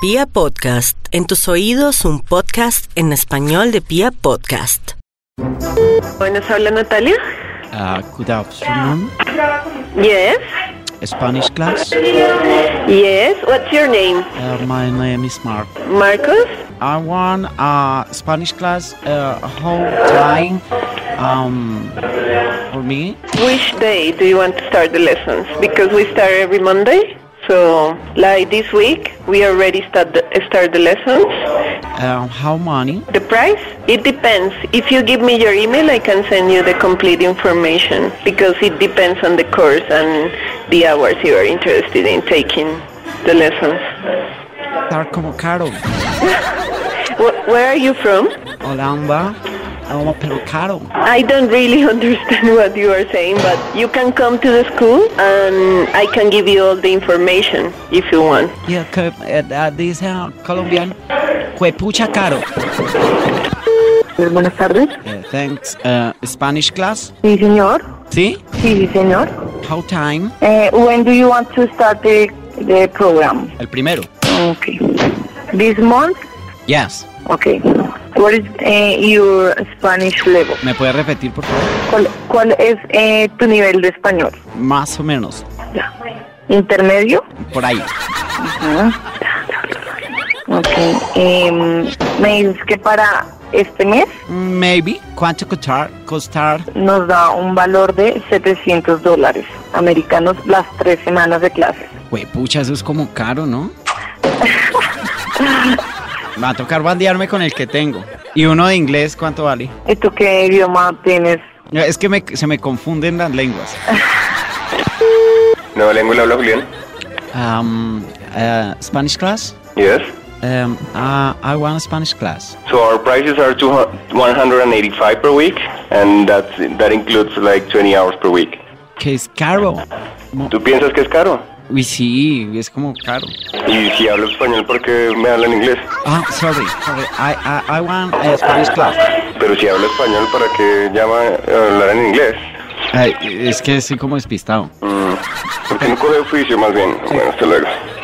Pia Podcast, en tus oídos un podcast en español de Pia Podcast. Bueno, habla Natalia. Uh, good afternoon. Yes. Spanish class. Yes. What's your name? Uh, my name is Mark. Marcos? I want a Spanish class uh, whole time um, for me. Which day do you want to start the lessons? Because we start every Monday. So, like this week, we already start the, start the lessons. Uh, how money? The price? It depends. If you give me your email, I can send you the complete information because it depends on the course and the hours you are interested in taking the lessons. Estar como caro. Wh- where are you from? Holanda. Oh, pero caro. I don't really understand what you are saying, but you can come to the school and I can give you all the information if you want. Yeah, que, eh, uh, dice uh, Colombian. Cuepucha caro. Buenas tardes. Eh, thanks. Uh, Spanish class. Sí, señor. Sí. Sí, sí, señor. How time? Eh, when do you want to start the, the program? El primero. Okay. This month? Yes. Okay. What is eh, your Spanish level? ¿Me puede repetir, por favor? ¿Cuál, cuál es eh, tu nivel de español? Más o menos. Ya. ¿Intermedio? Por ahí. Ok. Em, me dices que para este mes Maybe. ¿Cuánto costar? Costar. nos da un valor de 700 dólares americanos las tres semanas de clases. Güey, pucha, eso es como caro, ¿no? Me Va a tocar bandearme con el que tengo. ¿Y uno de inglés cuánto vale? ¿Y tú qué idioma tienes? Es que me- se me confunden las lenguas. Nueva lengua le habla Julián. Um, uh, Spanish class? Yes. Um, uh, I want a Spanish class. So our prices are 200 185 per week, and that's, that includes like 20 hours per week. Que es caro. Mo- ¿Tú piensas que es caro? Uy, sí, es como caro. Y si hablo español, ¿por qué me hablan inglés? Ah, sorry, sorry. I, I, I want a Spanish class. Pero si hablo español, ¿para qué llama a hablar en inglés? Ay, es que soy como despistado. Mm, ¿Por qué no coge oficio más bien? Bueno, hasta luego.